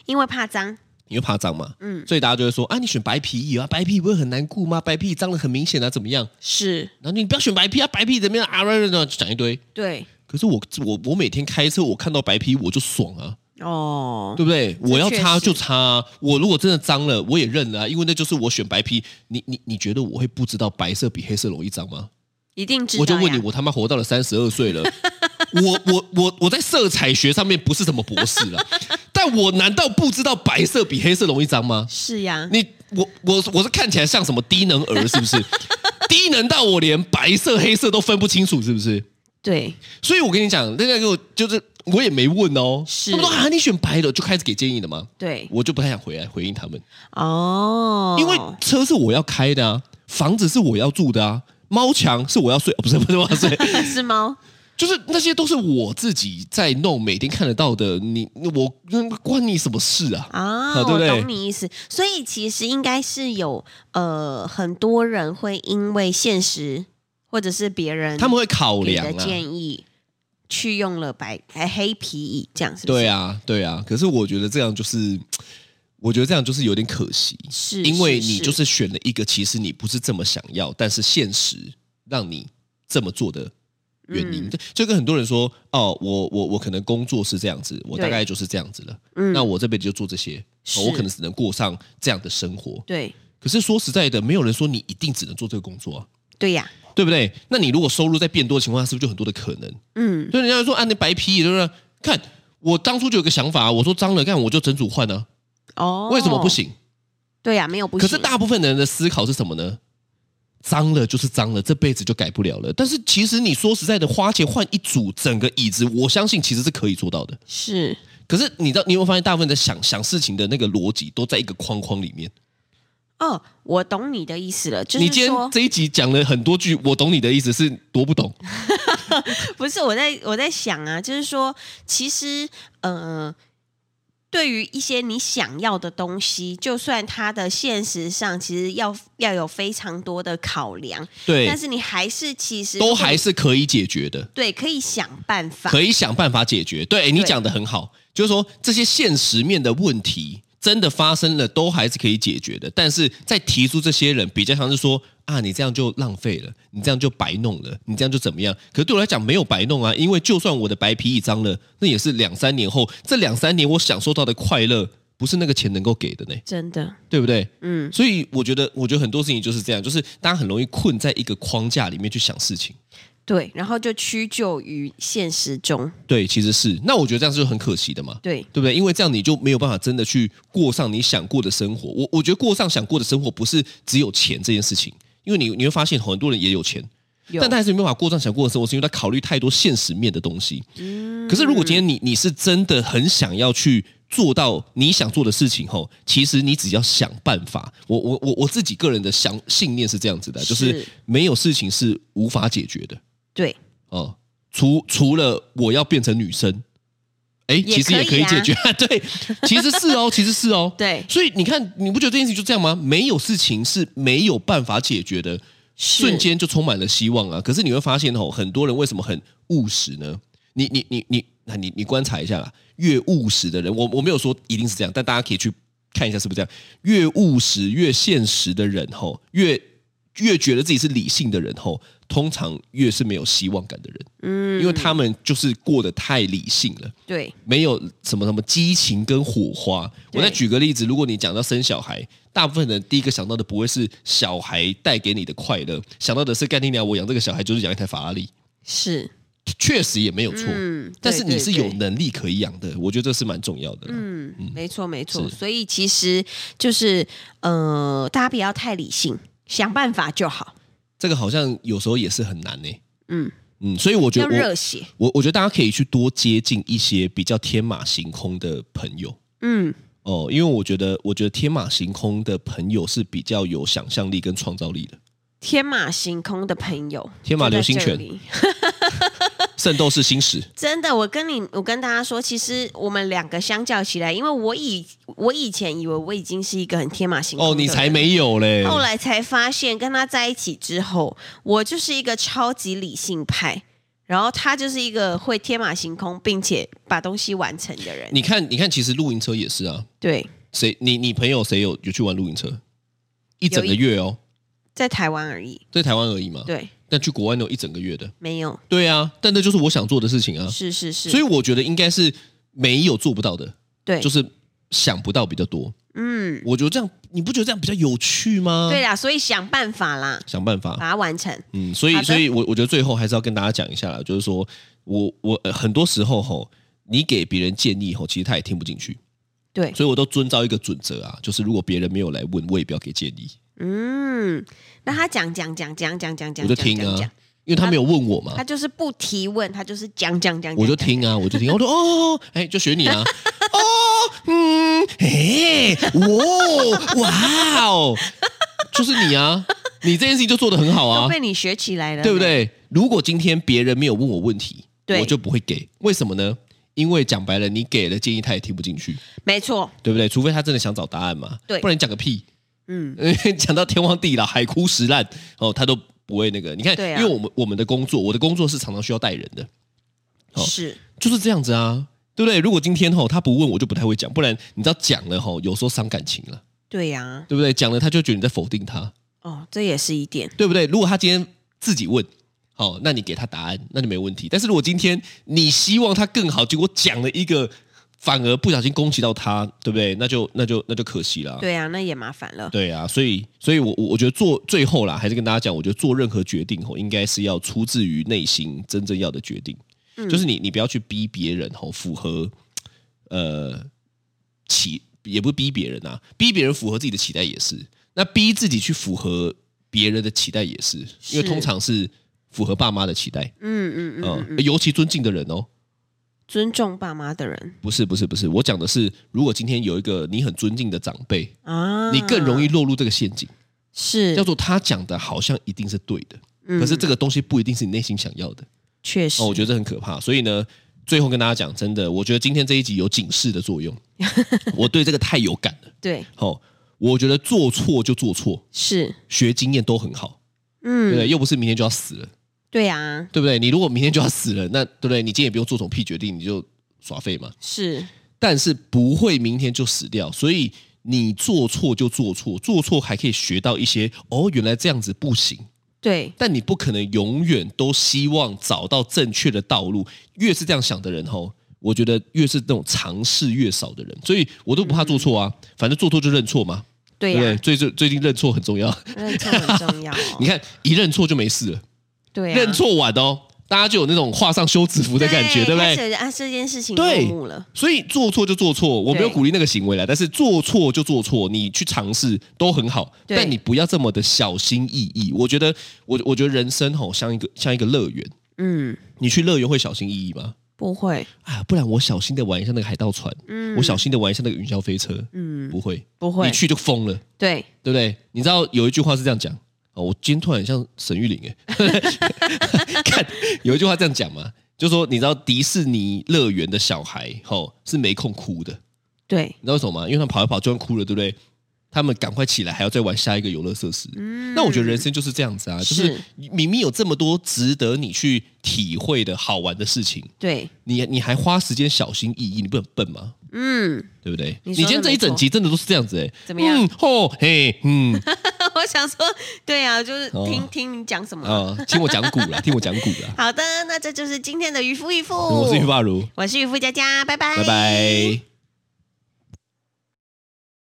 Speaker 2: 因为怕脏，
Speaker 3: 因为怕脏嘛，
Speaker 2: 嗯
Speaker 3: 所以大家就会说啊，你选白皮椅啊，白皮椅不会很难顾吗？白皮椅脏的很明显啊，怎么样？
Speaker 2: 是
Speaker 3: 然后你不要选白皮啊，白皮怎么样啊？就讲一堆。
Speaker 2: 对，
Speaker 3: 可是我我我每天开车，我看到白皮我就爽啊，
Speaker 2: 哦，
Speaker 3: 对不对？
Speaker 2: 这
Speaker 3: 我要
Speaker 2: 确实
Speaker 3: 擦就擦、啊，我如果真的脏了，我也认了、啊，因为那就是我选白皮。你你你觉得我会不知道白色比黑色容易脏吗？
Speaker 2: 一定知道
Speaker 3: 我就问你，
Speaker 2: 呀
Speaker 3: 我他妈活到了三十二岁了， 我我我我在色彩学上面不是什么博士了， 但我难道不知道白色比黑色容易脏吗？
Speaker 2: 是呀，
Speaker 3: 你我我我是看起来像什么低能儿是 不是？低能到我连白色黑色都分不清楚是不是？
Speaker 2: 对，
Speaker 3: 所以我跟你讲，那个我就是我也没问哦，
Speaker 2: 是
Speaker 3: 他们说啊你选白的就开始给建议了吗？
Speaker 2: 对，
Speaker 3: 我就不太想回来回应他们，
Speaker 2: 哦，
Speaker 3: 因为车是我要开的啊，房子是我要住的啊，猫墙是我要睡，哦、不是不是我 要睡，
Speaker 2: 是猫，
Speaker 3: 就是那些都是我自己在弄，每天看得到的，你我关你什么事啊？
Speaker 2: 啊，
Speaker 3: 好 对不对
Speaker 2: 我懂你意思。所以其实应该是有呃，很多人会因为现实或者是别人
Speaker 3: 他们会考
Speaker 2: 给
Speaker 3: 量
Speaker 2: 的
Speaker 3: 啊，
Speaker 2: 建议去用了白哎黑皮椅，这样是不是？
Speaker 3: 对啊，对啊。可是我觉得这样就是，我觉得这样就是有点可惜，
Speaker 2: 是
Speaker 3: 因为你就是选了一个其实你不是这么想要，但是现实让你这么做的原
Speaker 2: 嗯
Speaker 3: 因。就就跟很多人说，哦，我我我可能工作是这样子，我
Speaker 2: 对
Speaker 3: 大概就是这样子了，
Speaker 2: 嗯
Speaker 3: 那我这辈子就做这些，
Speaker 2: 是
Speaker 3: 哦我可能只能过上这样的生活。
Speaker 2: 对
Speaker 3: 可是说实在的，没有人说你一定只能做这个工作啊。
Speaker 2: 对呀、
Speaker 3: 对不对？那你如果收入在变多的情况下，是不是就很多的可能？
Speaker 2: 嗯，
Speaker 3: 所以人家就说啊，你白皮，对不对？看我当初就有个想法，我说脏了，干我就整组换啊，
Speaker 2: 哦，
Speaker 3: 为什么不？行？
Speaker 2: 对呀、没有不
Speaker 3: 可
Speaker 2: 行。
Speaker 3: 是大部分人的思考是什么呢？脏了就是脏了，这辈子就改不了了。但是其实你说实在的，花钱换一组整个椅子，我相信其实是可以做到的。
Speaker 2: 是
Speaker 3: 可是你知道，你有没有发现，大部分的想想事情的那个逻辑都在一个框框里面。
Speaker 2: 哦，我懂你的意思了，就
Speaker 3: 你今
Speaker 2: 是
Speaker 3: 天
Speaker 2: 说，
Speaker 3: 这一集讲了很多句，我懂你的意思是多不懂，
Speaker 2: 不是我在我在想啊，就是说，其实呃，对于一些你想要的东西，就算它的现实上其实要要有非常多的考量，
Speaker 3: 对
Speaker 2: 但，是你还是其实
Speaker 3: 都还是可以解决的。
Speaker 2: 对，可以想办法。
Speaker 3: 可以想办法解决。对你
Speaker 2: 对
Speaker 3: 讲的很好，就是说这些现实面的问题真的发生了，都还是可以解决的。但是在提出这些人，比较像是说啊，你这样就浪费了，你这样就白弄了，你这样就怎么样？可是对我来讲，没有白弄啊，因为就算我的白皮一张了，那也是两三年后，这两三年我享受到的快乐，不是那个钱能够给的呢。
Speaker 2: 真的，
Speaker 3: 对不对？
Speaker 2: 嗯，
Speaker 3: 所以我觉得，我觉得很多事情就是这样，就是大家很容易困在一个框架里面去想事情。
Speaker 2: 对，然后就屈就于现实中，
Speaker 3: 对，其实是，那我觉得这样是很可惜的嘛。
Speaker 2: 对，
Speaker 3: 对不对？因为这样你就没有办法真的去过上你想过的生活。我我觉得过上想过的生活不是只有钱这件事情，因为你你会发现很多人也有钱，
Speaker 2: 有
Speaker 3: 但他还是没办法过上想过的生活，是因为他考虑太多现实面的东西。
Speaker 2: 嗯
Speaker 3: 可是如果今天你你是真的很想要去做到你想做的事情后，其实你只要想办法。我我我我自己个人的想信念是这样子的，就是
Speaker 2: 是
Speaker 3: 没有事情是无法解决的。
Speaker 2: 对，
Speaker 3: 哦，除除了我要变成女生，哎，
Speaker 2: 也
Speaker 3: 其实也可
Speaker 2: 可以
Speaker 3: 以
Speaker 2: 啊
Speaker 3: 解决、 对，其实是哦，其实是哦，
Speaker 2: 对
Speaker 3: 所以你看，你不觉得这件事情就这样吗？没有事情是没有办法解决的，
Speaker 2: 是
Speaker 3: 瞬间就充满了希望啊。可是你会发现哦，很多人为什么很务实呢？你你你你，那你你观察一下啦，越务实的人，我我没有说一定是这样，但大家可以去看一下是不是这样。越务实、越现实的人吼，越越觉得自己是理性的人吼，通常越是没有希望感的人，嗯，因为他们就是过得太理性了。
Speaker 2: 对，
Speaker 3: 没有什么什么激情跟火花。
Speaker 2: 对
Speaker 3: 我再举个例子，如果你讲到生小孩，大部分人第一个想到的不会是小孩带给你的快乐，想到的是干爹娘，我养这个小孩就是养一台法拉利，
Speaker 2: 是，
Speaker 3: 确实也没有错。
Speaker 2: 嗯，
Speaker 3: 但是
Speaker 2: 对
Speaker 3: 你是有，
Speaker 2: 对对
Speaker 3: 能力可以养的，我觉得这是蛮重要的啦。
Speaker 2: 嗯，没错没错，
Speaker 3: 是
Speaker 2: 所以其实就是呃，大家不要太理性，想办法就好，
Speaker 3: 这个好像有时候也是很难呢、
Speaker 2: 嗯
Speaker 3: 嗯，所以我觉
Speaker 2: 要
Speaker 3: 得我
Speaker 2: 热血，
Speaker 3: 我我觉得大家可以去多接近一些比较天马行空的朋友。
Speaker 2: 嗯，
Speaker 3: 哦，因为我觉得，我觉得天马行空的朋友是比较有想象力跟创造力的。
Speaker 2: 天马行空的朋友，
Speaker 3: 天马
Speaker 2: 就在
Speaker 3: 流星
Speaker 2: 这
Speaker 3: 拳
Speaker 2: 里
Speaker 3: 圣斗士星矢，
Speaker 2: 真的，我跟你，我跟大家说，其实我们两个相较起来，因为我以我以前以为我已经是一个很天马行空
Speaker 3: 哦，
Speaker 2: 的
Speaker 3: 你
Speaker 2: 人
Speaker 3: 才没有嘞！
Speaker 2: 后来才发现，跟他在一起之后，我就是一个超级理性派，然后他就是一个会天马行空，并且把东西完成的人。
Speaker 3: 你看，你看，其实露营车也是啊。
Speaker 2: 对，
Speaker 3: 谁？你你朋友谁有有去玩露营车？一整个月哦，
Speaker 2: 在台湾而已。
Speaker 3: 在台湾而已嘛。
Speaker 2: 对，
Speaker 3: 但去国外那有一整个月的。
Speaker 2: 没有，
Speaker 3: 对啊，但那就是我想做的事情啊。
Speaker 2: 是是是，
Speaker 3: 所以我觉得应该是没有做不到的，
Speaker 2: 对，
Speaker 3: 就是想不到比较多。
Speaker 2: 嗯，
Speaker 3: 我觉得这样，你不觉得这样比较有趣吗？
Speaker 2: 对啦，所以想办法啦，
Speaker 3: 想办法。
Speaker 2: 把它完成。
Speaker 3: 嗯，所
Speaker 2: 好
Speaker 3: 以，
Speaker 2: 的
Speaker 3: 所以我我觉得最后还是要跟大家讲一下啦，就是说我我、呃很多时候吼，你给别人建议吼，其实他也听不进去，
Speaker 2: 对，
Speaker 3: 所以我都遵照一个准则啊，就是如果别人没有来问，我也不要给建议，
Speaker 2: 嗯，那他讲讲讲讲讲讲
Speaker 3: 我
Speaker 2: 讲，
Speaker 3: 就听
Speaker 2: 讲
Speaker 3: 啊
Speaker 2: 讲，
Speaker 3: 因为他没有问我嘛
Speaker 2: 他，就是不提问，他就是讲讲讲，
Speaker 3: 我就
Speaker 2: 讲
Speaker 3: 听啊，我就听，我 说哦，哎，就学你 啊，哦，嗯，哎，哇，哇哦，就是你啊，你这件事情就做得很好
Speaker 2: 都
Speaker 3: 啊，
Speaker 2: 被你学起来了，
Speaker 3: 对不？对？如果今天别人没有问我问题，
Speaker 2: 对
Speaker 3: 我就不会给，为什么呢？因为讲白了，你给了建议，他也听不进去，
Speaker 2: 没错，
Speaker 3: 对不对？除非他真的想找答案嘛，
Speaker 2: 对
Speaker 3: 不然你讲个屁，
Speaker 2: 嗯，
Speaker 3: 因为 讲到天荒地老、海枯石烂，哦，他都不会那个。你看，
Speaker 2: 对啊
Speaker 3: 因为我们我们的工作，我的工作是常常需要带人的，好
Speaker 2: 是
Speaker 3: 就是这样子啊，对不对？如果今天吼、他不问，我就不太会讲，不然你知道讲了吼、有时候伤感情了，
Speaker 2: 对呀，
Speaker 3: 对不对？讲了他就觉得你在否定他，
Speaker 2: 哦，这也是一点，
Speaker 3: 对不对？如果他今天自己问，好、那你给他答案，那就没问题。但是如果今天你希望他更好，结果讲了一个反而不小心攻击到他，对不对？那就那就那就可惜了。啊
Speaker 2: 对呀，那也麻烦了。
Speaker 3: 对啊，所以所以我，我我觉得做最后啦，还是跟大家讲，我觉得做任何决定吼，应该是要出自于内心真正要的决定，
Speaker 2: 嗯
Speaker 3: 就是你你不要去逼别人吼，符合呃期也不是逼别人啊，逼别人符合自己的期待也是，那逼自己去符合别人的期待也是，因
Speaker 2: 是
Speaker 3: 为通常是符合爸妈的期待，呃
Speaker 2: 嗯嗯嗯
Speaker 3: 嗯，尤其尊敬的人哦，
Speaker 5: 尊重爸妈的人
Speaker 3: 不是不是不是，我讲的是，如果今天有一个你很尊敬的长辈，
Speaker 2: 嗯
Speaker 5: 啊，
Speaker 3: 你更容易落入这个陷阱，
Speaker 5: 是嗯
Speaker 3: 叫做他讲的好像一定是对的，可是这个东西不一定是你内心想要的。
Speaker 5: 确实
Speaker 3: 哦，我觉得这很可怕。所以呢，最后跟大家讲，真的，我觉得今天这一集有警示的 作用，我对这个太有感了。
Speaker 5: 对
Speaker 3: 哦，我觉得做错就做错，
Speaker 5: 是
Speaker 3: 学经验都很好，对不
Speaker 5: 嗯
Speaker 3: 对？又不是明天就要死了，
Speaker 5: 对啊
Speaker 3: 对不对？你如果明天就要死了，那对不对？你今天也不用做什么屁决定，你就耍废嘛。
Speaker 5: 是
Speaker 3: 但是不会明天就死掉，所以你做错就做错，做错还可以学到一些哦，原来这样子不行。
Speaker 5: 对
Speaker 3: 但你不可能永远都希望找到正确的道路。越是这样想的人吼，我觉得越是那种尝试越少的人，所以我都不怕做错啊，反正做错就认错嘛，
Speaker 5: 嗯对
Speaker 3: 对不
Speaker 5: 呀、
Speaker 3: 对？最最最近认错很重要，
Speaker 5: 认错很重要、
Speaker 3: 你
Speaker 5: 哦，
Speaker 3: 看一认错就没事了，
Speaker 5: 对、啊、
Speaker 3: 认错晚哦，大家就有那种画上休止符的感觉，对不
Speaker 5: 开
Speaker 3: 对？
Speaker 5: 始啊，这件事情
Speaker 3: 对
Speaker 5: 落幕了，
Speaker 3: 所以做错就做错，我没有
Speaker 5: 对
Speaker 3: 鼓励那个行为啦，但是做错就做错，你去尝试都很好，
Speaker 5: 对
Speaker 3: 但你不要这么的小心翼翼。我觉得，我我觉得人生吼像一个像一个乐园，
Speaker 5: 嗯，
Speaker 3: 你去乐园会小心翼翼吗？
Speaker 5: 不会，
Speaker 3: 啊，不然我小心的玩一下那个海盗船，
Speaker 5: 嗯，
Speaker 3: 我小心的玩一下那个云霄飞车，
Speaker 5: 嗯
Speaker 3: 不会，
Speaker 5: 不会
Speaker 3: 你，去就疯了，
Speaker 5: 对，
Speaker 3: 对不对？你知道有一句话是这样讲哦，我今天突然很像沈玉玲哎， 看有一句话这样讲嘛，就说你知道迪士尼乐园的小孩吼、是没空哭的，
Speaker 5: 对，
Speaker 3: 你知道为什么吗？因为他们跑一跑就算哭了，对不对？他们赶快起来，还要再玩下一个游乐设施。
Speaker 5: 嗯
Speaker 3: 那我觉得人生就是这样子啊，就是
Speaker 5: 是
Speaker 3: 明明有这么多值得你去体会的好玩的事情，
Speaker 5: 对，
Speaker 3: 你你还花时间小心翼翼，你不是很笨吗？
Speaker 5: 嗯，
Speaker 3: 对不对？
Speaker 5: 你
Speaker 3: 你
Speaker 5: 说得
Speaker 3: 今天这一整集真的都是这样子哎、
Speaker 5: 怎么样
Speaker 3: 嗯，吼嘿，嗯
Speaker 5: 我想说，对啊，就是
Speaker 3: 哦
Speaker 5: 听、听你讲什么。
Speaker 3: 啊、听我讲古了，听我讲古 了。
Speaker 5: 好的，那这就是今天的渔夫渔妇，
Speaker 3: 我是玉发如，
Speaker 5: 我是渔夫佳佳，拜拜，
Speaker 3: 拜拜。